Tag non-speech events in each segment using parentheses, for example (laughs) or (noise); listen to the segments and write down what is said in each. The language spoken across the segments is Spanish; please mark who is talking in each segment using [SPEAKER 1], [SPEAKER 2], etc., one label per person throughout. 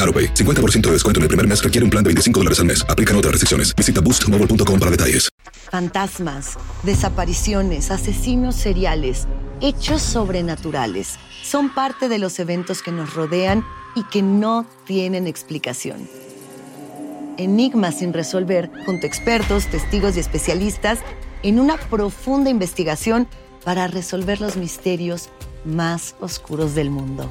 [SPEAKER 1] AroPay. 50% de descuento en el primer mes requiere un plan de 25 dólares al mes. Aplican otras restricciones. Visita boostmobile.com para detalles.
[SPEAKER 2] Fantasmas, desapariciones, asesinos seriales, hechos sobrenaturales son parte de los eventos que nos rodean y que no tienen explicación. Enigmas sin resolver, junto a expertos, testigos y especialistas, en una profunda investigación para resolver los misterios más oscuros del mundo.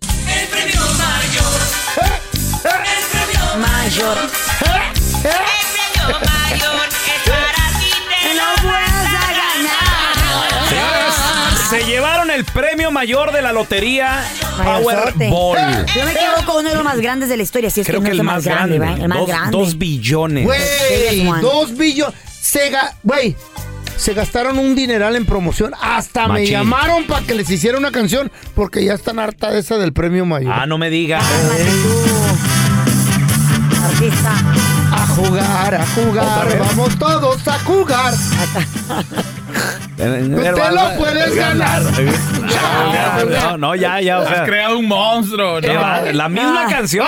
[SPEAKER 3] El premio mayor. El premio mayor. El premio mayor es para ti. Te lo vas a ganar.
[SPEAKER 4] Se llevaron el premio mayor de la lotería Powerball.
[SPEAKER 5] Yo me quedo con uno de los más grandes de la historia, si es
[SPEAKER 4] Creo
[SPEAKER 5] que no
[SPEAKER 4] que
[SPEAKER 5] es
[SPEAKER 4] el más grande.
[SPEAKER 5] ¿verdad? El más
[SPEAKER 4] dos,
[SPEAKER 5] grande.
[SPEAKER 4] dos billones.
[SPEAKER 6] Güey,
[SPEAKER 5] Biggest one.
[SPEAKER 6] dos billones. Se, ga- güey, se gastaron un dineral en promoción. Hasta me
[SPEAKER 4] Machín.
[SPEAKER 6] llamaron para que les hiciera una canción porque ya están harta de esa del premio mayor.
[SPEAKER 4] Ah, no me digas.
[SPEAKER 5] Cálmate tú, Artista.
[SPEAKER 6] A jugar, a
[SPEAKER 4] Otra
[SPEAKER 6] jugar,
[SPEAKER 4] vez.
[SPEAKER 6] vamos todos a jugar.
[SPEAKER 4] Usted
[SPEAKER 6] Usted lo puedes ganar.
[SPEAKER 4] No, no, ya, ya. o sea,
[SPEAKER 7] Has creado un monstruo,
[SPEAKER 4] qué
[SPEAKER 7] ¿no?
[SPEAKER 4] va- la misma
[SPEAKER 5] Ah.
[SPEAKER 4] canción.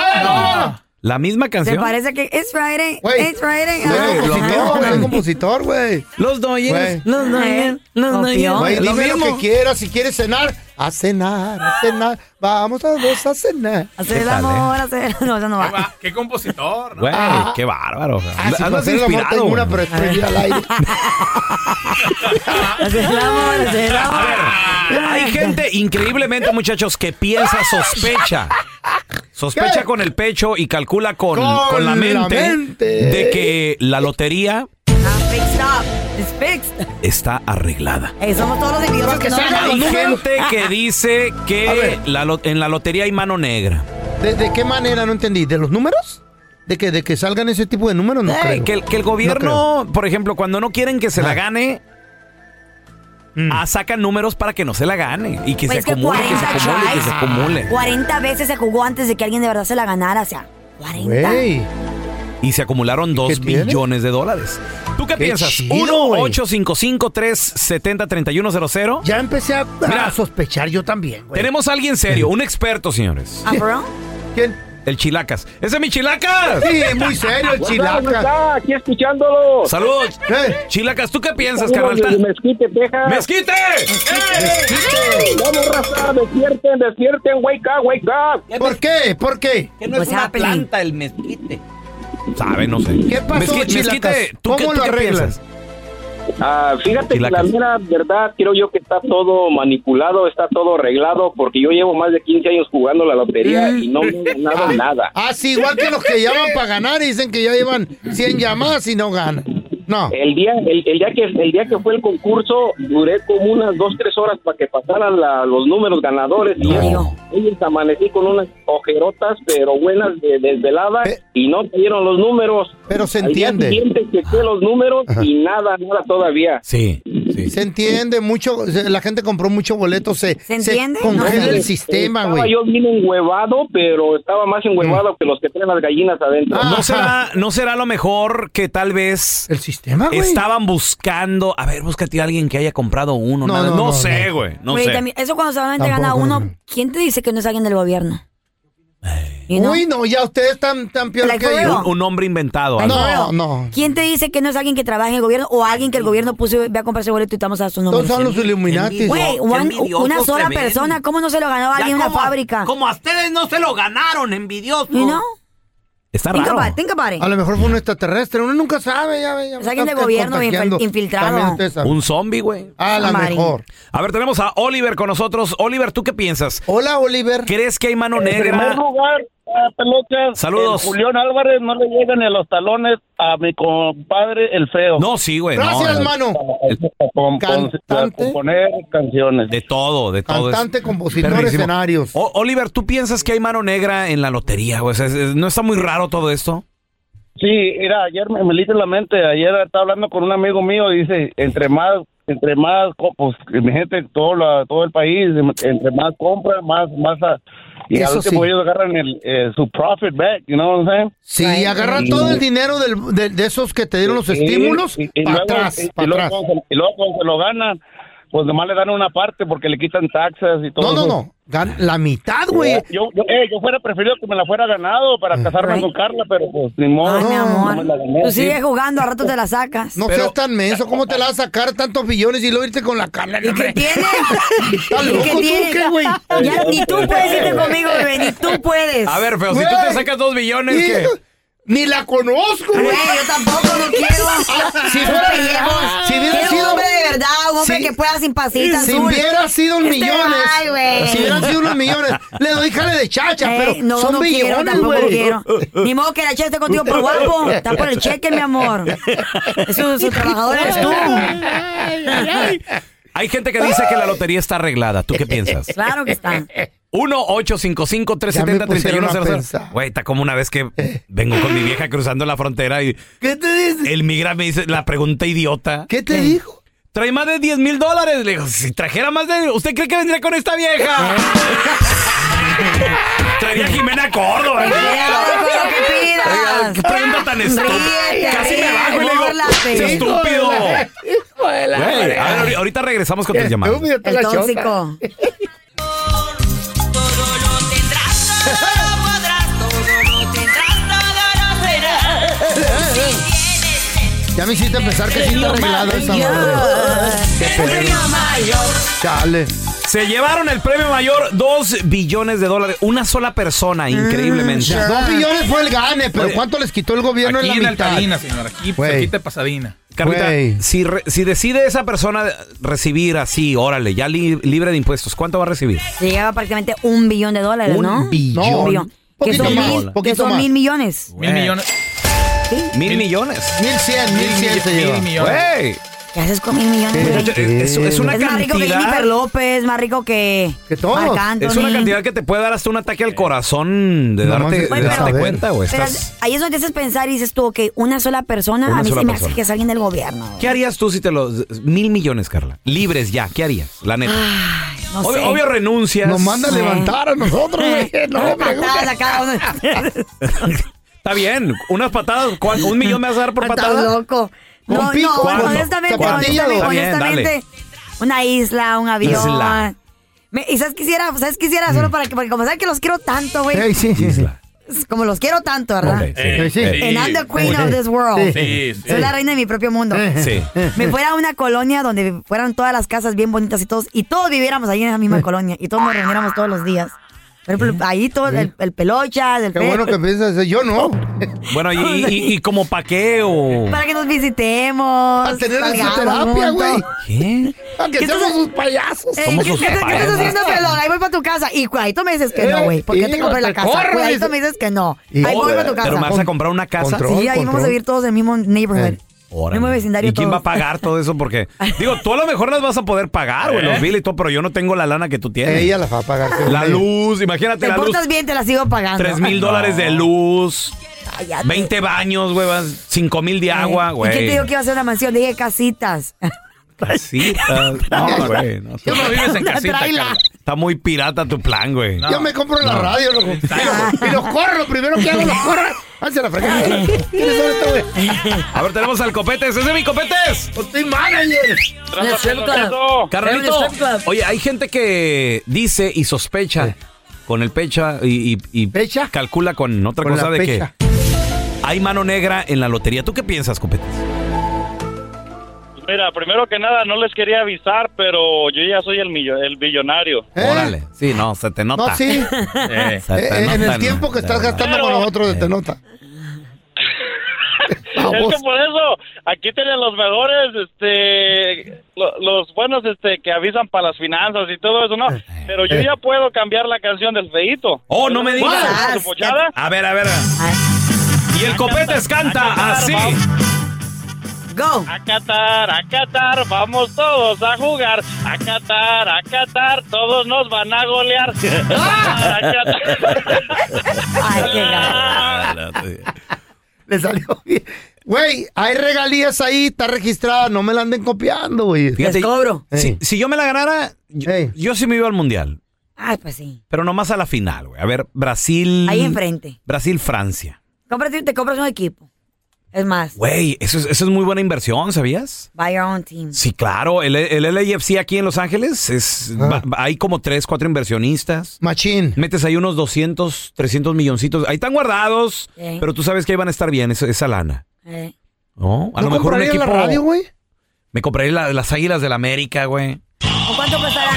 [SPEAKER 4] La misma
[SPEAKER 5] Se
[SPEAKER 4] canción.
[SPEAKER 5] parece que it's Friday,
[SPEAKER 6] Güey,
[SPEAKER 5] it's Friday.
[SPEAKER 6] soy
[SPEAKER 5] Ah,
[SPEAKER 6] compositor,
[SPEAKER 5] ah.
[SPEAKER 6] soy compositor, güey.
[SPEAKER 4] Los doyers,
[SPEAKER 6] Güey.
[SPEAKER 4] los
[SPEAKER 5] Eh,
[SPEAKER 4] doyers, los
[SPEAKER 5] Copión.
[SPEAKER 4] doyers.
[SPEAKER 6] Güey,
[SPEAKER 4] Lo
[SPEAKER 6] dime lo
[SPEAKER 4] mismo.
[SPEAKER 6] que quieras, si quieres cenar, a cenar, a cenar, vamos todos a cenar.
[SPEAKER 5] Hacer el
[SPEAKER 4] tal, eh?
[SPEAKER 5] amor, hacer... (laughs) No, eso no
[SPEAKER 7] Qué
[SPEAKER 5] va.
[SPEAKER 7] va- Qué compositor, ¿no?
[SPEAKER 4] Güey, qué bárbaro.
[SPEAKER 6] Ah, si para
[SPEAKER 4] Andas
[SPEAKER 6] hacer el amor
[SPEAKER 4] inspirado.
[SPEAKER 6] tengo una, pero estoy al aire.
[SPEAKER 5] Hacer el amor, hacer el amor.
[SPEAKER 4] Ah. A ver, hay gente increíblemente, muchachos, que piensa, sospecha. Sospecha
[SPEAKER 6] ¿Qué?
[SPEAKER 4] con el pecho y calcula con,
[SPEAKER 6] Con
[SPEAKER 4] con la,
[SPEAKER 6] la
[SPEAKER 4] mente
[SPEAKER 6] mente.
[SPEAKER 4] de que la lotería
[SPEAKER 5] Ah, fixed up. It's fixed.
[SPEAKER 4] está arreglada.
[SPEAKER 5] Ey, somos todos los envidiosos que no
[SPEAKER 6] salgan
[SPEAKER 5] ganamos.
[SPEAKER 6] los
[SPEAKER 4] Hay gente que dice
[SPEAKER 6] A
[SPEAKER 4] que
[SPEAKER 6] ver.
[SPEAKER 4] la lo- en la lotería hay mano negra.
[SPEAKER 6] ¿De, de qué manera? No entendí. ¿De los números? ¿De que, de que salgan ese tipo de números? No
[SPEAKER 4] Ey,
[SPEAKER 6] creo.
[SPEAKER 4] que, el, que el gobierno, por ejemplo, cuando no quieren que se la
[SPEAKER 6] Ah.
[SPEAKER 4] gane,
[SPEAKER 6] Mm.
[SPEAKER 4] ah, sacan números para que no se la gane y que
[SPEAKER 5] Pues
[SPEAKER 4] se
[SPEAKER 5] es que
[SPEAKER 4] acumule, que se
[SPEAKER 5] 40
[SPEAKER 4] acumule, que se
[SPEAKER 5] tries. Ah.
[SPEAKER 4] acumule.
[SPEAKER 5] 40 veces se jugó antes de que alguien de verdad se la ganara, o sea, 40.
[SPEAKER 6] Güey.
[SPEAKER 4] Y se acumularon 2
[SPEAKER 6] tiene?
[SPEAKER 4] billones de dólares. ¿Tú qué,
[SPEAKER 6] Qué
[SPEAKER 4] piensas?
[SPEAKER 6] chido, güey.
[SPEAKER 4] 1-855-370-3100.
[SPEAKER 6] Ya empecé a, a
[SPEAKER 4] Mira.
[SPEAKER 6] sospechar yo también, güey.
[SPEAKER 4] Tenemos a alguien serio, un experto, señores.
[SPEAKER 5] Ah, bro.
[SPEAKER 6] ¿Quién?
[SPEAKER 4] El Chilacas. ¡Ese es mi Chilacas!
[SPEAKER 6] Sí, muy serio el chilaca.
[SPEAKER 8] está? Aquí escuchándolo.
[SPEAKER 4] Saludos.
[SPEAKER 6] Eh,
[SPEAKER 4] Chilacas, ¿tú qué piensas,
[SPEAKER 8] Saludos
[SPEAKER 4] carnal?
[SPEAKER 8] desde
[SPEAKER 4] ¿Tan-
[SPEAKER 8] Mezquite, Texas.
[SPEAKER 4] ¡Mezquite!
[SPEAKER 8] Vamos, raza, despierten, despierten, wake up, wake up.
[SPEAKER 6] ¿Por qué? ¿Por qué?
[SPEAKER 5] no es una planta
[SPEAKER 7] el mezquite.
[SPEAKER 4] Sabe, no sé.
[SPEAKER 6] ¿Qué pasó,
[SPEAKER 4] Mezqui-
[SPEAKER 6] Chilacas?
[SPEAKER 4] Mezquite, ¿tú
[SPEAKER 6] ¿Cómo
[SPEAKER 4] qué, tú
[SPEAKER 6] lo
[SPEAKER 4] qué
[SPEAKER 6] arreglas?
[SPEAKER 4] piensas?
[SPEAKER 8] Ah, fíjate que la, mera verdad, creo yo que está todo manipulado, está todo arreglado, porque yo llevo más de 15 años jugando la lotería y no me he ganado nada.
[SPEAKER 6] Así igual que los que llaman para ganar y dicen que ya llevan 100 llamadas y no ganan. No.
[SPEAKER 8] El día, el, el día que el día que fue el concurso, duré como unas dos, tres horas para que pasaran la- los números ganadores. Y ya- y amanecí con unas ojerotas, pero buenas de desveladas, y no me dieron los números.
[SPEAKER 6] Pero se
[SPEAKER 8] Al
[SPEAKER 6] entiende.
[SPEAKER 8] día siguiente chequé los números y nada, nada todavía.
[SPEAKER 4] Sí.
[SPEAKER 6] Se entiende mucho, se- la gente compró mucho boleto, se,
[SPEAKER 8] ¿Se entiende?
[SPEAKER 6] congela
[SPEAKER 8] No.
[SPEAKER 6] el sistema,
[SPEAKER 8] Estaba
[SPEAKER 6] güey. Mm.
[SPEAKER 8] yo bien enhuevado, pero estaba más enhuevado que los que traen las gallinas adentro.
[SPEAKER 4] ¿No será, ¿No será lo mejor que tal vez...
[SPEAKER 6] El
[SPEAKER 4] Ah,
[SPEAKER 6] sistema,
[SPEAKER 5] güey.
[SPEAKER 4] Estaban buscando... A ver, búscate a alguien que haya comprado uno.
[SPEAKER 5] No,
[SPEAKER 4] nada. No,
[SPEAKER 5] no, no,
[SPEAKER 4] sé,
[SPEAKER 5] no.
[SPEAKER 4] güey. No
[SPEAKER 5] Güey,
[SPEAKER 4] sé.
[SPEAKER 5] también- eso cuando solamente gana
[SPEAKER 4] Tampoco,
[SPEAKER 5] uno, ¿quién te dice que no es alguien del gobierno?
[SPEAKER 6] Uy, no, ya ustedes están tan peor
[SPEAKER 5] Like
[SPEAKER 6] que
[SPEAKER 5] for
[SPEAKER 6] yo.
[SPEAKER 4] Un hombre inventado.
[SPEAKER 5] Ay,
[SPEAKER 4] algo.
[SPEAKER 5] claro. ¿Quién te dice que no es alguien que trabaja en el gobierno o alguien que el gobierno puso ve a comprarse boleto y estamos a su nombre?
[SPEAKER 6] Todos son los Illuminatis.
[SPEAKER 5] Güey,
[SPEAKER 6] Qué
[SPEAKER 5] one-
[SPEAKER 6] envidiosos
[SPEAKER 5] una sola
[SPEAKER 6] se ven.
[SPEAKER 5] persona, ¿cómo no se lo ganó a alguien en una fábrica?
[SPEAKER 4] Como a ustedes no se lo ganaron, envidiosos. ¿Y no? Está
[SPEAKER 5] Think
[SPEAKER 4] raro.
[SPEAKER 5] about it, think about it.
[SPEAKER 6] A lo mejor fue un extraterrestre, uno nunca sabe, ya ve. ya
[SPEAKER 5] Es alguien
[SPEAKER 6] me está
[SPEAKER 5] del
[SPEAKER 6] usted
[SPEAKER 5] gobierno infil-
[SPEAKER 6] contagiando.
[SPEAKER 5] infiltrado.
[SPEAKER 6] También ustedes saben.
[SPEAKER 4] Un zombie, güey.
[SPEAKER 6] A la
[SPEAKER 4] Somebody.
[SPEAKER 6] mejor.
[SPEAKER 4] A ver, tenemos a Oliver con nosotros. Oliver, ¿tú qué piensas?
[SPEAKER 6] Hola, Oliver.
[SPEAKER 4] ¿Crees que hay mano
[SPEAKER 9] En primer
[SPEAKER 4] negra?
[SPEAKER 9] lugar, ah, pelotas,
[SPEAKER 4] Saludos.
[SPEAKER 9] el Julián Álvarez no le llegan ni los talones a mi compadre el feo.
[SPEAKER 4] No, sí, güey, no. Gracias, mano.
[SPEAKER 9] Con, con- componer canciones.
[SPEAKER 4] De todo, de todo. es
[SPEAKER 6] Cantante, compositor,
[SPEAKER 4] perrísimo.
[SPEAKER 6] escenarios.
[SPEAKER 4] O- Oliver, ¿tú piensas que hay mano negra en la lotería? güey? O sea, es- es- ¿No está muy raro todo esto?
[SPEAKER 9] Sí, mira, ayer me, me le hice la mente, ayer estaba hablando con un amigo mío, dice, entre más, entre más, co- pues, mi gente, todo, la- todo el país, entre más compra, más, más, a- y
[SPEAKER 6] Eso
[SPEAKER 9] al último
[SPEAKER 6] sí.
[SPEAKER 9] ellos agarran el, eh, su profit back, you know what I'm saying?
[SPEAKER 6] Sí, agarran todo el dinero del- de, de esos que te dieron los
[SPEAKER 9] Sí,
[SPEAKER 6] estímulos
[SPEAKER 9] y- y
[SPEAKER 6] para
[SPEAKER 9] luego-
[SPEAKER 6] atrás,
[SPEAKER 9] y-
[SPEAKER 6] para
[SPEAKER 9] y luego
[SPEAKER 6] atrás.
[SPEAKER 9] cuando se- Y luego cuando se lo ganan, pues nomás le dan una parte porque le quitan taxas y todo.
[SPEAKER 6] No, no, no. Gan- la mitad, güey.
[SPEAKER 9] Yo, yo, eh, yo fuera preferido que me la fuera ganado para
[SPEAKER 6] Mm.
[SPEAKER 9] casarme con Carla, pero pues ni modo.
[SPEAKER 6] Ay, mi amor.
[SPEAKER 9] No me la gané.
[SPEAKER 5] Tú sigues jugando, a rato te la sacas.
[SPEAKER 6] No seas tan menso, ¿cómo te la vas a sacar tantos billones y luego irte con la Carla? ¿Y qué
[SPEAKER 5] tiene?
[SPEAKER 6] ¿Estás
[SPEAKER 5] ¿Y
[SPEAKER 6] loco
[SPEAKER 5] qué
[SPEAKER 6] tú
[SPEAKER 5] tiene?
[SPEAKER 6] qué, güey?
[SPEAKER 5] Ya, ni tú puedes irte conmigo, bebé, ni tú puedes.
[SPEAKER 4] A ver, feo, si tú te sacas dos billones,
[SPEAKER 6] Ni-
[SPEAKER 4] ¿qué?
[SPEAKER 6] Ni la conozco, güey.
[SPEAKER 5] Güey, yo tampoco no quiero.
[SPEAKER 6] Si
[SPEAKER 5] Qué
[SPEAKER 6] fuera-
[SPEAKER 5] pellejos.
[SPEAKER 6] si hubiera
[SPEAKER 5] Quiero
[SPEAKER 6] sido-
[SPEAKER 5] un hombre de verdad, un hombre
[SPEAKER 6] Si-
[SPEAKER 5] que pueda sin pasita
[SPEAKER 6] Si
[SPEAKER 5] azul.
[SPEAKER 6] hubiera sido un
[SPEAKER 5] Este
[SPEAKER 6] millones.
[SPEAKER 5] ay, güey.
[SPEAKER 6] si hubieran sido unos millones. Le doy jale de chacha,
[SPEAKER 5] Eh,
[SPEAKER 6] pero
[SPEAKER 5] no,
[SPEAKER 6] son
[SPEAKER 5] no quiero,
[SPEAKER 6] billones,
[SPEAKER 5] tampoco
[SPEAKER 6] güey.
[SPEAKER 5] quiero. Ni modo que la chacha esté contigo por guapo. Está por el cheque, mi amor. Su, su trabajador eres tú.
[SPEAKER 4] Hay gente que dice que la lotería está arreglada.
[SPEAKER 3] (laughs)
[SPEAKER 4] ¿Tú qué piensas?
[SPEAKER 5] Claro que está.
[SPEAKER 4] 1-855-370-3100. Güey, está como una vez que vengo con mi vieja cruzando la frontera y
[SPEAKER 6] ¿Qué te dice?
[SPEAKER 4] el migra me dice la pregunta idiota.
[SPEAKER 6] ¿Qué te dijo?
[SPEAKER 4] Trae más de 10 mil dólares. Le digo, si trajera más de... ¿Usted cree que vendría con esta vieja? (laughs) Traería a Jimena Córdoba.
[SPEAKER 3] Córdoba, que pidas.
[SPEAKER 4] Oiga, Qué pregunta tan estúpida.
[SPEAKER 3] Ríete,
[SPEAKER 4] Casi
[SPEAKER 3] ríete,
[SPEAKER 4] me bajo y le digo,
[SPEAKER 3] bórlate.
[SPEAKER 4] "Sé eh, estúpido. (laughs)
[SPEAKER 3] Hijo de la-
[SPEAKER 4] Güey, a ver, ahori- ahorita regresamos con tus llamadas.
[SPEAKER 3] El tóxico.
[SPEAKER 6] Ya me hiciste pensar que sí está arreglada esa madre. Qué pedo. Chale.
[SPEAKER 4] Se llevaron el premio mayor, 2 billones de dólares. Una sola
[SPEAKER 6] Mm,
[SPEAKER 4] persona, increíblemente.
[SPEAKER 6] Dos billones fue el gane, pero ¿cuánto les quitó el gobierno
[SPEAKER 7] Aquí
[SPEAKER 6] en
[SPEAKER 7] en
[SPEAKER 6] la mitad?
[SPEAKER 7] Alcalina, señor. Aquí,
[SPEAKER 6] Güey.
[SPEAKER 7] aquí te pasadina.
[SPEAKER 4] Carlita, si, re- si decide esa persona recibir así, órale, ya li- libre de impuestos, ¿cuánto va a recibir?
[SPEAKER 5] Se lleva prácticamente un billón de dólares,
[SPEAKER 4] Un
[SPEAKER 5] ¿no?
[SPEAKER 4] billón.
[SPEAKER 5] Un billón. Que
[SPEAKER 4] Poquito
[SPEAKER 5] son,
[SPEAKER 4] más,
[SPEAKER 5] mil, que
[SPEAKER 4] poquito
[SPEAKER 5] son
[SPEAKER 4] más.
[SPEAKER 5] mil millones.
[SPEAKER 4] Eh.
[SPEAKER 7] Mil millones.
[SPEAKER 4] Mil millones.
[SPEAKER 6] Mil cien, mil cien se lleva.
[SPEAKER 4] Güey.
[SPEAKER 5] ¿Qué haces con mil millones?
[SPEAKER 6] Eh,
[SPEAKER 5] güey?
[SPEAKER 4] Muchacho, Es, es una
[SPEAKER 5] Es más rico que Jennifer
[SPEAKER 4] cantidad.
[SPEAKER 5] López, más rico que.
[SPEAKER 6] Que
[SPEAKER 5] todo.
[SPEAKER 4] Es una cantidad que te puede dar hasta un ataque al corazón de
[SPEAKER 6] Nomás
[SPEAKER 4] darte,
[SPEAKER 6] de-
[SPEAKER 4] de
[SPEAKER 6] de
[SPEAKER 4] darte
[SPEAKER 6] saber.
[SPEAKER 4] cuenta, güey.
[SPEAKER 5] Pero
[SPEAKER 4] Estás-
[SPEAKER 5] ahí es donde te haces pensar y dices tú, ok, una sola persona,
[SPEAKER 4] Una
[SPEAKER 5] a mí
[SPEAKER 4] sola
[SPEAKER 5] se me
[SPEAKER 4] persona.
[SPEAKER 5] hace que es alguien del gobierno.
[SPEAKER 4] ¿Qué harías tú si te los mil millones, Carla? Libres ya, ¿qué harías? La neta.
[SPEAKER 5] Ah, no
[SPEAKER 4] obvio,
[SPEAKER 5] sé. (laughs)
[SPEAKER 4] obvio renuncias.
[SPEAKER 6] Nos manda a levantar a nosotros, güey. No, me
[SPEAKER 5] Patadas a cada
[SPEAKER 4] (laughs)
[SPEAKER 5] uno.
[SPEAKER 4] Está bien, unas patadas. ¿cuán- ¿Un millón me vas a dar por
[SPEAKER 5] Estás
[SPEAKER 4] patada?
[SPEAKER 5] loco.
[SPEAKER 4] Un
[SPEAKER 5] No,
[SPEAKER 4] pico,
[SPEAKER 5] no,
[SPEAKER 4] ¿cuánto?
[SPEAKER 5] honestamente,
[SPEAKER 4] ¿Cuánto?
[SPEAKER 5] honestamente,
[SPEAKER 4] Está bien, dale.
[SPEAKER 5] honestamente, una isla, un avión.
[SPEAKER 4] Isla. Mm.
[SPEAKER 5] Me- y sabes quisiera, sabes quisiera solo para que, porque como sabes que los quiero tanto, güey. Como los quiero tanto, ¿verdad?
[SPEAKER 4] Ok, sí. Sí.
[SPEAKER 5] And I'm the queen
[SPEAKER 4] Sí.
[SPEAKER 5] of this world.
[SPEAKER 4] Sí, sí.
[SPEAKER 5] Soy la reina de mi propio mundo.
[SPEAKER 4] Sí.
[SPEAKER 5] Me fuera a una colonia donde fueran todas las casas bien bonitas y todos, y todos viviéramos ahí en esa misma colonia y todos nos reuniéramos todos los días. Por ejemplo, ahí todo, el, el pelocha, el
[SPEAKER 6] Qué bueno que piensas, eh, yo no.
[SPEAKER 4] Bueno, ¿y, y, y como pa' qué o...?
[SPEAKER 5] Para que nos visitemos. Para
[SPEAKER 6] tener esa terapia, güey.
[SPEAKER 4] ¿Qué?
[SPEAKER 6] Para que seamos sus payasos.
[SPEAKER 5] Eh,
[SPEAKER 6] Somos
[SPEAKER 5] ¿qué,
[SPEAKER 6] sus
[SPEAKER 5] qué- qué estás
[SPEAKER 6] payasos.
[SPEAKER 5] haciendo, pelón? Ahí voy para tu casa. Y cuadito me dices que no, güey. ¿Por qué te
[SPEAKER 4] Eh,
[SPEAKER 5] compré la
[SPEAKER 4] te
[SPEAKER 5] casa?
[SPEAKER 4] corro,
[SPEAKER 5] Cuadito
[SPEAKER 4] dice.
[SPEAKER 5] me dices que no.
[SPEAKER 4] Y-
[SPEAKER 5] Ahí voy para tu casa.
[SPEAKER 4] Pero me vas a comprar una casa.
[SPEAKER 5] sí, ahí vamos a vivir todos del mismo neighborhood.
[SPEAKER 4] Órale.
[SPEAKER 5] Mismo vecindario
[SPEAKER 4] ¿Y quién
[SPEAKER 5] todos.
[SPEAKER 4] va a
[SPEAKER 5] (laughs)
[SPEAKER 4] pagar todo eso? Porque, digo, tú a lo mejor las vas a poder pagar, güey,
[SPEAKER 6] ¿Eh?
[SPEAKER 4] los biles y todo, pero yo no tengo la lana que tú tienes.
[SPEAKER 6] Ella las va a pagar.
[SPEAKER 4] La luz, imagínate
[SPEAKER 5] Te
[SPEAKER 4] la luz.
[SPEAKER 5] portas bien, te la sigo pagando.
[SPEAKER 4] 3 mil dólares de luz, 20 baños, güey, 5 mil de agua,
[SPEAKER 5] ¿Y quién te
[SPEAKER 4] güey.
[SPEAKER 5] dijo que iba a ser una mansión? Dije casitas.
[SPEAKER 4] Casitas. No, güey. No,
[SPEAKER 5] Tú no vives en Una casita, traila. Carla.
[SPEAKER 4] Está muy pirata tu plan, güey.
[SPEAKER 6] Yo me compro la
[SPEAKER 4] No.
[SPEAKER 6] radio, loco. Y los corro, lo primero que hago, los corro. Hacia la fregada. ¿Quiénes son estos, güey? Pues
[SPEAKER 4] A ver, tenemos al Copetes. ¡Ese es mi Copetes!
[SPEAKER 6] ¡Estoy manager!
[SPEAKER 4] Carnalito, oye, hay gente que dice y sospecha con el pecha y, y- y calcula con otra
[SPEAKER 6] Con la
[SPEAKER 4] cosa de
[SPEAKER 6] pecha.
[SPEAKER 4] que hay mano negra en la lotería. ¿Tú qué piensas, Copetes?
[SPEAKER 10] Mira, primero que nada, no les quería avisar, pero yo ya soy el, millo- el billonario.
[SPEAKER 4] Órale. Sí, no, (laughs) se te nota.
[SPEAKER 10] No, sí.
[SPEAKER 4] Eh, se te
[SPEAKER 6] Eh, eh, en
[SPEAKER 4] nota,
[SPEAKER 6] el tiempo
[SPEAKER 4] no,
[SPEAKER 6] que estás
[SPEAKER 4] de verdad.
[SPEAKER 6] gastando con nosotros, te
[SPEAKER 4] (laughs)
[SPEAKER 6] nota.
[SPEAKER 10] Es que por eso, aquí tienen los mejores, este, lo- los buenos, este, que avisan para las finanzas y todo
[SPEAKER 4] (laughs)
[SPEAKER 10] eso, ¿no? Pero yo ya puedo cambiar la canción del feito.
[SPEAKER 4] Oh, no me digas. A ver, a ver. Y el Copetes canta así.
[SPEAKER 5] Go.
[SPEAKER 10] A Qatar, a Qatar, vamos todos a jugar. A Qatar, a Qatar, todos nos van a golear. A Qatar, a Qatar.
[SPEAKER 4] (laughs)
[SPEAKER 6] Le salió bien. Güey, hay regalías ahí, está registrada, no me la anden copiando, güey.
[SPEAKER 4] Fíjate, Si,
[SPEAKER 6] Ey.
[SPEAKER 4] si yo me la ganara, yo, yo sí me iba al mundial.
[SPEAKER 5] Ay, pues sí.
[SPEAKER 4] Pero nomás a la final, güey. A ver, Brasil.
[SPEAKER 5] Ahí enfrente.
[SPEAKER 4] Brasil-Francia.
[SPEAKER 5] Cómprate, te compras un equipo. Es más,
[SPEAKER 4] Güey, eso es, eso es muy buena inversión, ¿sabías?
[SPEAKER 5] buy your own team.
[SPEAKER 4] Sí, claro. El, el LAFC aquí en Los Ángeles, es, va- va- hay como tres, cuatro inversionistas.
[SPEAKER 6] Machín.
[SPEAKER 4] Metes ahí unos 200, 300 milloncitos. Ahí están guardados,
[SPEAKER 5] Sí.
[SPEAKER 4] pero tú sabes que ahí van a estar bien esa, esa lana.
[SPEAKER 5] Eh.
[SPEAKER 4] ¿No? A
[SPEAKER 6] ¿No
[SPEAKER 4] lo mejor un
[SPEAKER 6] comprarías
[SPEAKER 4] equipo...
[SPEAKER 6] la radio, güey?
[SPEAKER 4] Me compraría la- las Águilas del América, güey.
[SPEAKER 5] ¿O cuánto costará?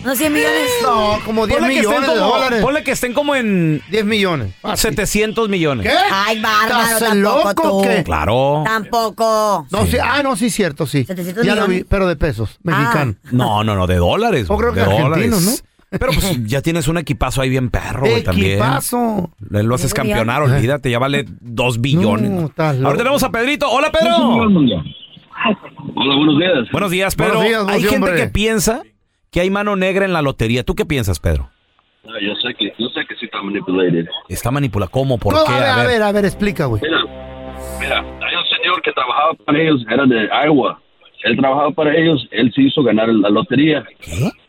[SPEAKER 5] ¿Unos 100 millones?
[SPEAKER 6] No, como
[SPEAKER 4] Ponle que estén como- Ponle que estén como en...
[SPEAKER 6] 10 millones.
[SPEAKER 4] 700 millones.
[SPEAKER 6] Ah, ¿Qué?
[SPEAKER 5] Ay, bárbaro,
[SPEAKER 6] ¿Estás
[SPEAKER 5] tampoco
[SPEAKER 6] loco
[SPEAKER 5] tú.
[SPEAKER 6] o qué?
[SPEAKER 4] Claro.
[SPEAKER 6] Ah.
[SPEAKER 5] Tampoco.
[SPEAKER 6] No, sí. Ah, no, sí, cierto, sí. Ya lo vi,
[SPEAKER 5] millones.
[SPEAKER 6] pero de pesos, mexicano.
[SPEAKER 4] No, no, no, de dólares.
[SPEAKER 6] O creo
[SPEAKER 4] güey,
[SPEAKER 6] que
[SPEAKER 4] de
[SPEAKER 6] argentinos,
[SPEAKER 4] dólares.
[SPEAKER 6] (laughs)
[SPEAKER 4] Pero pues ya tienes un equipazo ahí bien perro, güey, también.
[SPEAKER 6] Equipazo.
[SPEAKER 4] Lo haces
[SPEAKER 6] Muy bien.
[SPEAKER 4] campeonar, olvídate, ya vale dos billones.
[SPEAKER 6] No, estás loco.
[SPEAKER 4] Ahora tenemos a Pedrito. Hola, Pedro.
[SPEAKER 11] Hola, buenos días.
[SPEAKER 4] Buenos días, Pedro.
[SPEAKER 11] Buenos días,
[SPEAKER 4] hay
[SPEAKER 11] sí,
[SPEAKER 4] gente
[SPEAKER 11] hombre.
[SPEAKER 4] que piensa que hay mano negra en la lotería. ¿Tú qué piensas, Pedro?
[SPEAKER 11] No, yo sé que, yo sé que sí está manipulated.
[SPEAKER 4] ¿Está manipulada? ¿Cómo? ¿Por
[SPEAKER 6] No,
[SPEAKER 4] qué?
[SPEAKER 6] a ver, a ver, a ver, explica, güey.
[SPEAKER 11] Mira, hay un señor que trabajaba para ellos, era de Iowa. Él trabajaba para ellos, él se hizo ganar la lotería.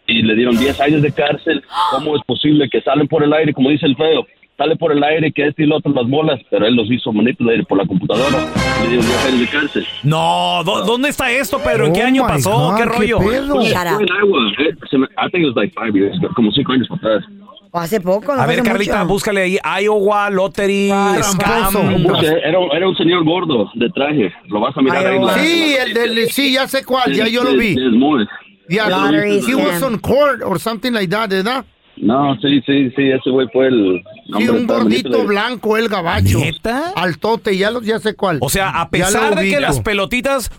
[SPEAKER 11] Y le dieron 10 años de cárcel. ¿Cómo es posible que salen por el aire, como dice el feo? Sale por el aire que este y lo otro las bolas, pero él los hizo manipulated por la computadora. Le dieron 10 años de cárcel.
[SPEAKER 4] No, ¿dó- ¿dónde está esto, Pedro? ¿En qué
[SPEAKER 11] Oh
[SPEAKER 4] año
[SPEAKER 11] my
[SPEAKER 4] pasó?
[SPEAKER 11] God,
[SPEAKER 4] ¿Qué
[SPEAKER 11] qué
[SPEAKER 4] rollo?
[SPEAKER 11] pedo. Fue en Iowa. eh, se me- I think it was like five years ago, como 5 años para atrás.
[SPEAKER 5] O hace poco, no
[SPEAKER 4] A ver,
[SPEAKER 5] hace
[SPEAKER 4] Carlita,
[SPEAKER 5] mucho.
[SPEAKER 4] búscale ahí Iowa, Lottery,
[SPEAKER 6] Ah,
[SPEAKER 4] Scam.
[SPEAKER 11] Porque Era, un- era un señor gordo de traje. Lo vas a mirar ahí. en la-
[SPEAKER 6] Sí, el del, sí, ya sé cuál, ya yo lo vi.
[SPEAKER 11] Des- Des Moines.
[SPEAKER 6] Yeah,
[SPEAKER 11] Lottery
[SPEAKER 6] he was
[SPEAKER 11] scam.
[SPEAKER 6] on court or something like that, ¿verdad?
[SPEAKER 11] No, sí, sí, sí, ese güey fue el...
[SPEAKER 6] Sí,
[SPEAKER 11] hombre,
[SPEAKER 6] un
[SPEAKER 11] está
[SPEAKER 6] gordito
[SPEAKER 11] manipulated.
[SPEAKER 6] blanco, el gabacho. ¿Neta? Altote, ya, lo, ya sé cuál.
[SPEAKER 4] O sea, a pesar de que las pelotitas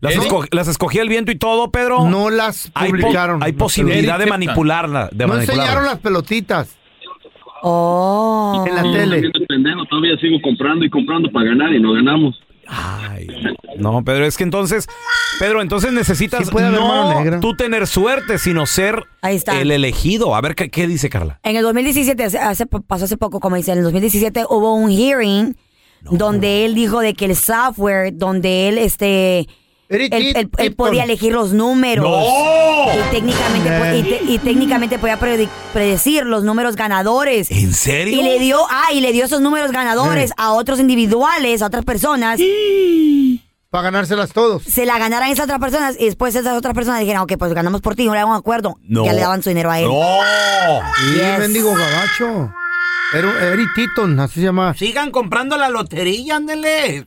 [SPEAKER 4] las, esco- las escogía el viento y todo, Pedro.
[SPEAKER 6] No las
[SPEAKER 4] hay po-
[SPEAKER 6] publicaron.
[SPEAKER 4] Hay, posibilidad de manipularla. De
[SPEAKER 6] no
[SPEAKER 4] manipularla.
[SPEAKER 6] enseñaron las pelotitas.
[SPEAKER 5] Oh.
[SPEAKER 6] En la
[SPEAKER 11] Sí,
[SPEAKER 6] tele.
[SPEAKER 11] yo también, pendejo, todavía sigo comprando y comprando para ganar y no ganamos.
[SPEAKER 4] No, Pedro, es que entonces, Pedro, entonces necesitas
[SPEAKER 6] Sí puede haber mano
[SPEAKER 4] no
[SPEAKER 6] negra.
[SPEAKER 4] tú tener suerte, sino ser
[SPEAKER 5] Ahí está.
[SPEAKER 4] el elegido. A ver, ¿qué, qué dice Carla?
[SPEAKER 5] En el 2017, hace- hace- pasó hace poco, como dice, en el 2017 hubo un hearing donde él dijo de que el software, donde él, este, él, él- él podía elegir los números. Y técnicamente, po- y te- y técnicamente podía predi- predecir los números ganadores.
[SPEAKER 4] ¿En serio?
[SPEAKER 5] Y le dio, ah, y le dio esos números ganadores
[SPEAKER 6] Eh.
[SPEAKER 5] a otros individuales, a otras personas.
[SPEAKER 6] Para ganárselas todos.
[SPEAKER 5] Se la ganaran esas otras personas y después esas otras personas dijeron, ok, pues ganamos por ti, no le hago un acuerdo.
[SPEAKER 6] No.
[SPEAKER 5] Ya le daban su dinero a él.
[SPEAKER 6] Sí,
[SPEAKER 5] Yes.
[SPEAKER 6] mendigo gabacho. Era Eric Titon, así se llama.
[SPEAKER 12] Sigan comprando la lotería, ándele.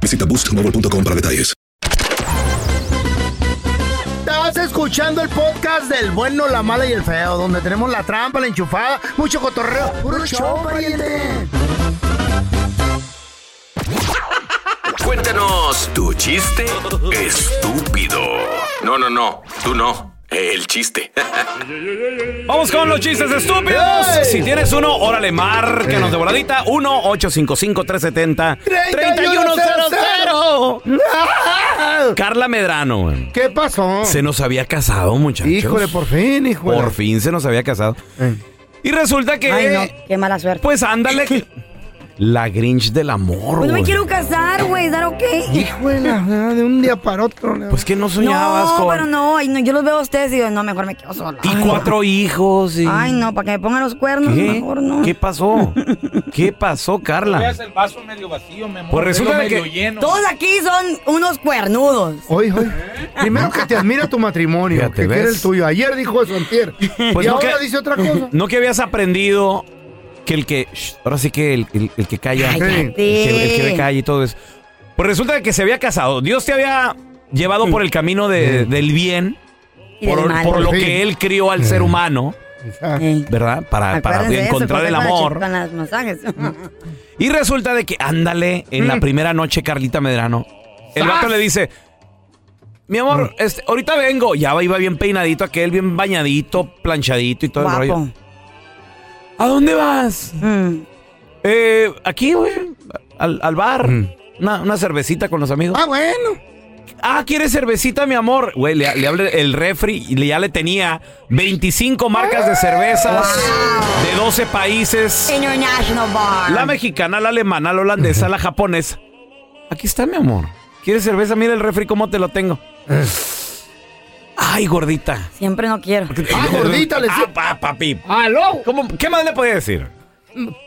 [SPEAKER 1] Visita boostmobile.com para detalles.
[SPEAKER 6] Estás escuchando el podcast del bueno, la mala y el feo, donde tenemos la trampa, la enchufada, mucho cotorreo. ¡Puro show, pariente!
[SPEAKER 13] Cuéntanos tu chiste estúpido. No, no, no, tú no. El chiste.
[SPEAKER 4] Vamos con los chistes estúpidos.
[SPEAKER 13] ¡Ey!
[SPEAKER 4] Si tienes uno, órale, márquenos de voladita. 1-855-370-3100. Carla Medrano. güey.
[SPEAKER 6] ¿Qué pasó?
[SPEAKER 4] Se nos había casado, muchachos.
[SPEAKER 6] Híjole, por fin, hijo.
[SPEAKER 4] Por fin se nos había casado. Y resulta que.
[SPEAKER 5] Ay,
[SPEAKER 6] Eh.
[SPEAKER 5] no, qué mala suerte.
[SPEAKER 4] Pues ándale. La Grinch del
[SPEAKER 5] Pues
[SPEAKER 4] amor,
[SPEAKER 5] no me
[SPEAKER 4] güey.
[SPEAKER 5] quiero casar, güey. ¿Dar ok?
[SPEAKER 6] Hijo de la de un día para otro.
[SPEAKER 4] Pues que no soñabas
[SPEAKER 5] no,
[SPEAKER 4] con-
[SPEAKER 5] pero no, ay, no, yo los veo a ustedes y digo, no, mejor me quedo sola.
[SPEAKER 4] Y cuatro hijos. y-
[SPEAKER 5] Ay, no, para que me pongan los cuernos,
[SPEAKER 4] ¿Qué?
[SPEAKER 5] mejor no.
[SPEAKER 4] ¿Qué pasó? ¿Qué pasó, Carla?
[SPEAKER 7] Veas el vaso medio vacío, mi amor.
[SPEAKER 4] Pues resulta
[SPEAKER 7] Velo medio
[SPEAKER 4] que-
[SPEAKER 7] lleno.
[SPEAKER 5] Todos aquí son unos cuernudos.
[SPEAKER 6] Oye, oye. Primero que te admira tu matrimonio, que
[SPEAKER 4] ¿ves? Pues
[SPEAKER 6] quiere el tuyo. Ayer dijo eso, antier. y
[SPEAKER 4] no
[SPEAKER 6] ahora
[SPEAKER 4] que-
[SPEAKER 6] dice otra cosa.
[SPEAKER 4] No que habías aprendido que el que. shh, ahora sí que el, el- el que calla. El
[SPEAKER 6] Cállate.
[SPEAKER 4] que, el que ve calla y todo eso. Pues resulta que se había casado. Dios te había llevado por el camino de- del bien.
[SPEAKER 5] Y del
[SPEAKER 4] Por,
[SPEAKER 5] mal.
[SPEAKER 4] por lo
[SPEAKER 5] Sí.
[SPEAKER 4] que él crió al ser humano.
[SPEAKER 6] Ah,
[SPEAKER 4] ¿Verdad? Para, para
[SPEAKER 5] Acuérdense de eso,
[SPEAKER 4] encontrar
[SPEAKER 5] porque
[SPEAKER 4] el
[SPEAKER 5] con las
[SPEAKER 4] amor.
[SPEAKER 5] chi- Con los masajes.
[SPEAKER 4] Y resulta de que, ándale, en
[SPEAKER 5] Mm.
[SPEAKER 4] la primera noche, Carlita Medrano, el vato le dice, mi amor, este, ahorita vengo. Ya iba bien peinadito aquel, bien bañadito, planchadito y
[SPEAKER 5] (laughs)
[SPEAKER 4] todo
[SPEAKER 5] Guapo. Mm.
[SPEAKER 4] el rollo. ¿A dónde vas? Eh, aquí, güey, al, al bar. Una, una cervecita con los amigos.
[SPEAKER 6] Ah, bueno.
[SPEAKER 4] Ah, ¿quieres cervecita, mi amor? Güey, le, le abre el refri y le- ya le tenía 25 marcas de cervezas de 12 países.
[SPEAKER 5] International Bar.
[SPEAKER 4] La mexicana, la alemana, la holandesa, la japonesa. Aquí está, mi amor. ¿Quieres cerveza? Mira el refri, cómo te lo tengo. Ay, gordita.
[SPEAKER 5] Siempre no
[SPEAKER 4] (laughs)
[SPEAKER 5] quiero.
[SPEAKER 4] Ah,
[SPEAKER 6] gordita, le
[SPEAKER 4] Ah, pa- papi.
[SPEAKER 6] ¡Aló!
[SPEAKER 4] ¿Cómo- ¿Qué más le podía decir?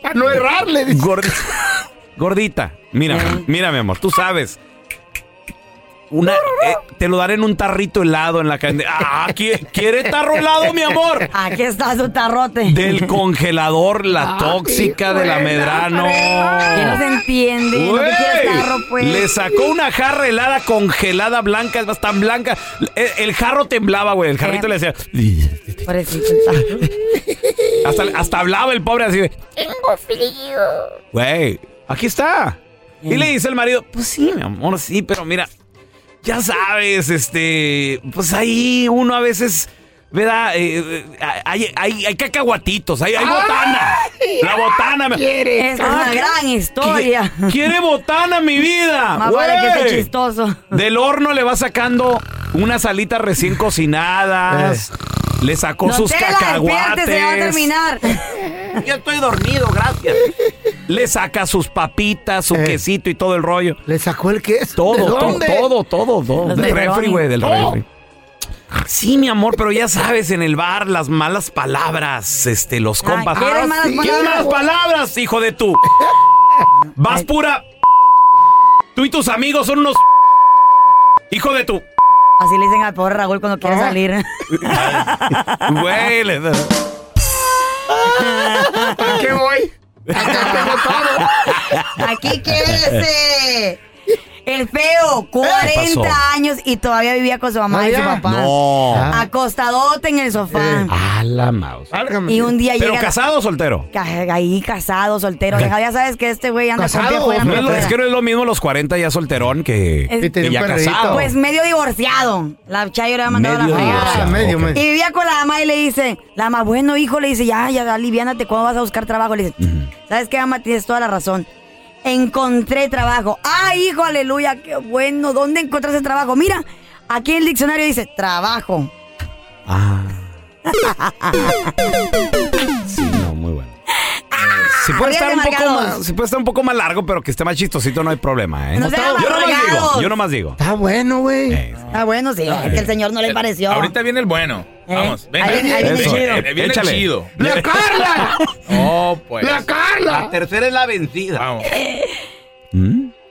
[SPEAKER 6] Para no errarle. dice.
[SPEAKER 4] Gordita. Gordita. Mira, mira, mi amor, tú sabes. Una, eh, te lo daré en un tarrito helado en la calle. Ah, ¿qui- ¿quiere tarro helado, mi amor?
[SPEAKER 5] Aquí está su tarrote. (laughs)
[SPEAKER 4] Del congelador, la tóxica de la medrano.
[SPEAKER 5] Que no se entiende. No te quieres
[SPEAKER 4] Güey,
[SPEAKER 5] tarro, pues.
[SPEAKER 4] Le sacó una jarra helada congelada blanca, es más, tan blanca. El, el jarro temblaba, güey. El
[SPEAKER 5] Em.
[SPEAKER 4] jarrito le decía.
[SPEAKER 5] Pobrecito.
[SPEAKER 4] (laughs) Hasta, hasta hablaba el pobre así de.
[SPEAKER 3] Tengo frío.
[SPEAKER 4] Güey, aquí está. Y le dice el marido, pues sí, mi amor, sí, pero mira, ya sabes, este, pues ahí uno a veces, ¿verdad? Eh, eh, hay, hay, hay cacahuatitos, hay, hay botana. La botana. me-
[SPEAKER 5] Esta es
[SPEAKER 4] Ah,
[SPEAKER 5] una
[SPEAKER 4] ¿qué-
[SPEAKER 5] gran historia.
[SPEAKER 4] Quiere botana, mi vida.
[SPEAKER 5] Más vale que sea
[SPEAKER 4] Güey.
[SPEAKER 5] chistoso.
[SPEAKER 4] Del horno le va sacando unas alitas recién cocinadas. Le sacó sus
[SPEAKER 5] te la despiertes,
[SPEAKER 4] cacahuates.
[SPEAKER 5] se va a terminar.
[SPEAKER 12] Yo estoy dormido, gracias.
[SPEAKER 4] Le saca sus papitas, su quesito y todo el rollo.
[SPEAKER 6] ¿Le sacó el queso?
[SPEAKER 4] Todo,
[SPEAKER 6] ¿De
[SPEAKER 4] to-
[SPEAKER 6] dónde?
[SPEAKER 4] todo, todo, todo.
[SPEAKER 6] Los
[SPEAKER 4] Del
[SPEAKER 6] pepperoni.
[SPEAKER 4] refri, güey, del
[SPEAKER 6] Oh.
[SPEAKER 4] refri. Sí, mi amor, pero ya sabes, en el bar, las malas palabras, este, los
[SPEAKER 3] Ay,
[SPEAKER 4] compas.
[SPEAKER 3] ¿quieres
[SPEAKER 4] Ah,
[SPEAKER 3] malas
[SPEAKER 4] sí. ¿Quieres
[SPEAKER 3] palabras?
[SPEAKER 4] malas palabras, hijo de tú? Vas pura. Tú y tus amigos son unos. Hijo de tú.
[SPEAKER 5] Así le dicen al pobre Raúl cuando
[SPEAKER 4] Ah.
[SPEAKER 5] quiere salir.
[SPEAKER 4] (laughs) Güey, le
[SPEAKER 5] ¿A qué voy?
[SPEAKER 4] (laughs)
[SPEAKER 5] Aquí quédese. El feo, 40 años y todavía vivía con su mamá y su papá.
[SPEAKER 4] No.
[SPEAKER 5] Acostadote en el sofá.
[SPEAKER 4] A la mouse.
[SPEAKER 5] Y un día
[SPEAKER 4] ¿Pero
[SPEAKER 5] llega-
[SPEAKER 4] casado o soltero?
[SPEAKER 5] Ca- Ahí casado, soltero. dejado. ya sabes que este güey anda con viejo, ya
[SPEAKER 4] No es, lo-
[SPEAKER 5] fuera.
[SPEAKER 4] es que no es lo mismo los 40 ya solterón que,
[SPEAKER 5] Es-
[SPEAKER 4] que ya casado.
[SPEAKER 5] Pues medio divorciado. La chayo le ha mandado
[SPEAKER 4] Medio
[SPEAKER 5] la fregada.
[SPEAKER 4] divorciado, Medio, ok. medio.
[SPEAKER 5] Y vivía con la mamá y le dice, la mamá, bueno, hijo, le dice, ya, ya, aliviánate, ¿cuándo vas a buscar trabajo? Le dice, ¿sabes qué, mamá? Tienes toda la razón. Encontré trabajo. ¡Ah, hijo, aleluya! ¡Qué bueno! ¿Dónde encontraste trabajo? Mira, aquí en el diccionario dice, trabajo.
[SPEAKER 4] Sí, no, muy bueno.
[SPEAKER 5] Ah,
[SPEAKER 4] Si puede,
[SPEAKER 5] Habría
[SPEAKER 4] estar un poco
[SPEAKER 5] remarcados.
[SPEAKER 4] más, si puede estar un poco más largo, pero que esté más chistosito, no hay problema, ¿eh?
[SPEAKER 5] No sean
[SPEAKER 4] yo nomás
[SPEAKER 5] amargados.
[SPEAKER 4] digo, yo nomás digo.
[SPEAKER 6] Está bueno, güey.
[SPEAKER 4] Eh.
[SPEAKER 5] Ah, bueno, sí, es que el señor no le pareció.
[SPEAKER 7] Ahorita viene el bueno. Vamos, venga.
[SPEAKER 5] ¿Eh? Ahí viene- ahí viene el
[SPEAKER 7] Eso,
[SPEAKER 5] chido.
[SPEAKER 7] eh, viene el
[SPEAKER 4] Échale.
[SPEAKER 7] chido.
[SPEAKER 6] ¡La Carla!
[SPEAKER 7] Oh, pues.
[SPEAKER 6] ¡La Carla!
[SPEAKER 12] La tercera es la vencida.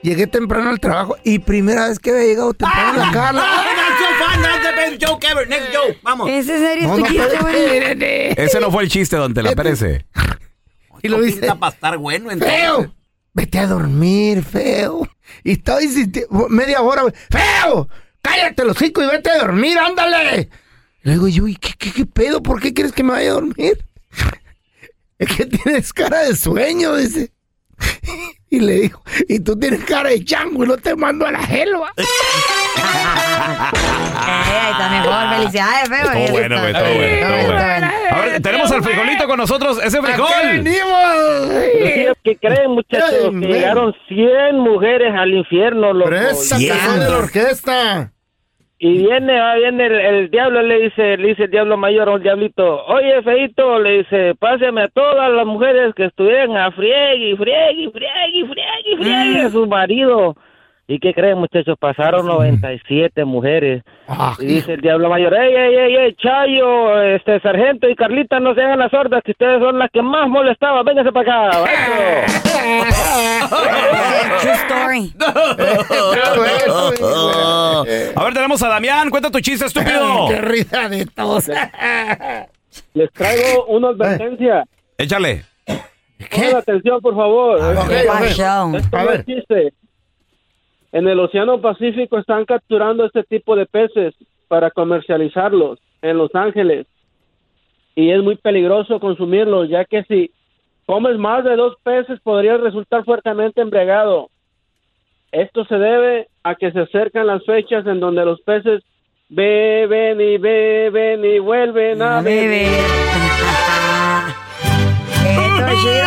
[SPEAKER 6] Llegué temprano al trabajo y primera vez que había llegado temprano a la Carla.
[SPEAKER 12] That's so fun, that's the best joke ever. Next joke, vamos.
[SPEAKER 5] ¿Es en serio
[SPEAKER 6] No,
[SPEAKER 5] este
[SPEAKER 6] no,
[SPEAKER 5] chiste, güey?
[SPEAKER 4] Ese no fue el chiste, don Tela, espérese.
[SPEAKER 6] Y lo dice.
[SPEAKER 12] Para estar bueno, entonces.
[SPEAKER 6] ¡Feo! Vete a dormir, feo. Y estaba insisti- media hora. güey, ¡Feo! ¡Cállate los cinco y vete a dormir, ándale! Le digo yo, ¿y qué, qué, qué pedo? ¿Por qué quieres que me vaya a dormir? (laughs) Es que tienes cara de sueño, dice. (laughs) Y le digo, y tú tienes cara de chango y no te mando a la helva.
[SPEAKER 5] Eh, ahí está mejor, felicidades, feo.
[SPEAKER 4] Todo
[SPEAKER 5] Eso
[SPEAKER 4] bueno, güey,
[SPEAKER 5] está-
[SPEAKER 4] todo bueno,
[SPEAKER 5] está
[SPEAKER 4] todo
[SPEAKER 5] bueno,
[SPEAKER 4] bueno.
[SPEAKER 5] está bueno.
[SPEAKER 4] A ver, tenemos al frijolito con nosotros, ese frijol.
[SPEAKER 6] (laughs) venimos?
[SPEAKER 8] ¿Qué creen, muchachos? Que llegaron 100 mujeres al infierno, loco.
[SPEAKER 6] Presta, cajón de la orquesta.
[SPEAKER 8] Y viene, va, viene el, el diablo, le dice, le dice el diablo mayor a un diablito, oye, feito, le dice, páseme a todas las mujeres que estuvieran a friegue, friegue, friegue, friegue, friegue
[SPEAKER 6] Mm.
[SPEAKER 8] a su marido. ¿Y qué creen, muchachos? Pasaron 97 mujeres.
[SPEAKER 6] Ah,
[SPEAKER 8] y dice el diablo mayor, ey, ey, ey, ey, Chayo, este, sargento y Carlita, no se hagan las sordas, que ustedes son las que más molestaban, vénganse para acá, vato".
[SPEAKER 5] True story.
[SPEAKER 4] (laughs) A ver, tenemos a Damián, cuenta tu chiste, estúpido.
[SPEAKER 6] ¡Qué risa de tos!
[SPEAKER 8] Les traigo una advertencia.
[SPEAKER 4] Échale.
[SPEAKER 8] Pongan atención, por favor.
[SPEAKER 6] ¿Qué
[SPEAKER 5] pasó?
[SPEAKER 8] Esto no existe. En el Océano Pacífico están capturando este tipo de peces para comercializarlos en Los Ángeles. Y es muy peligroso consumirlos, ya que si comes más de dos peces podrías resultar fuertemente embriagado. Esto se debe a que se acercan las fechas en donde los peces beben y beben y vuelven a beber.
[SPEAKER 5] Esto es chido.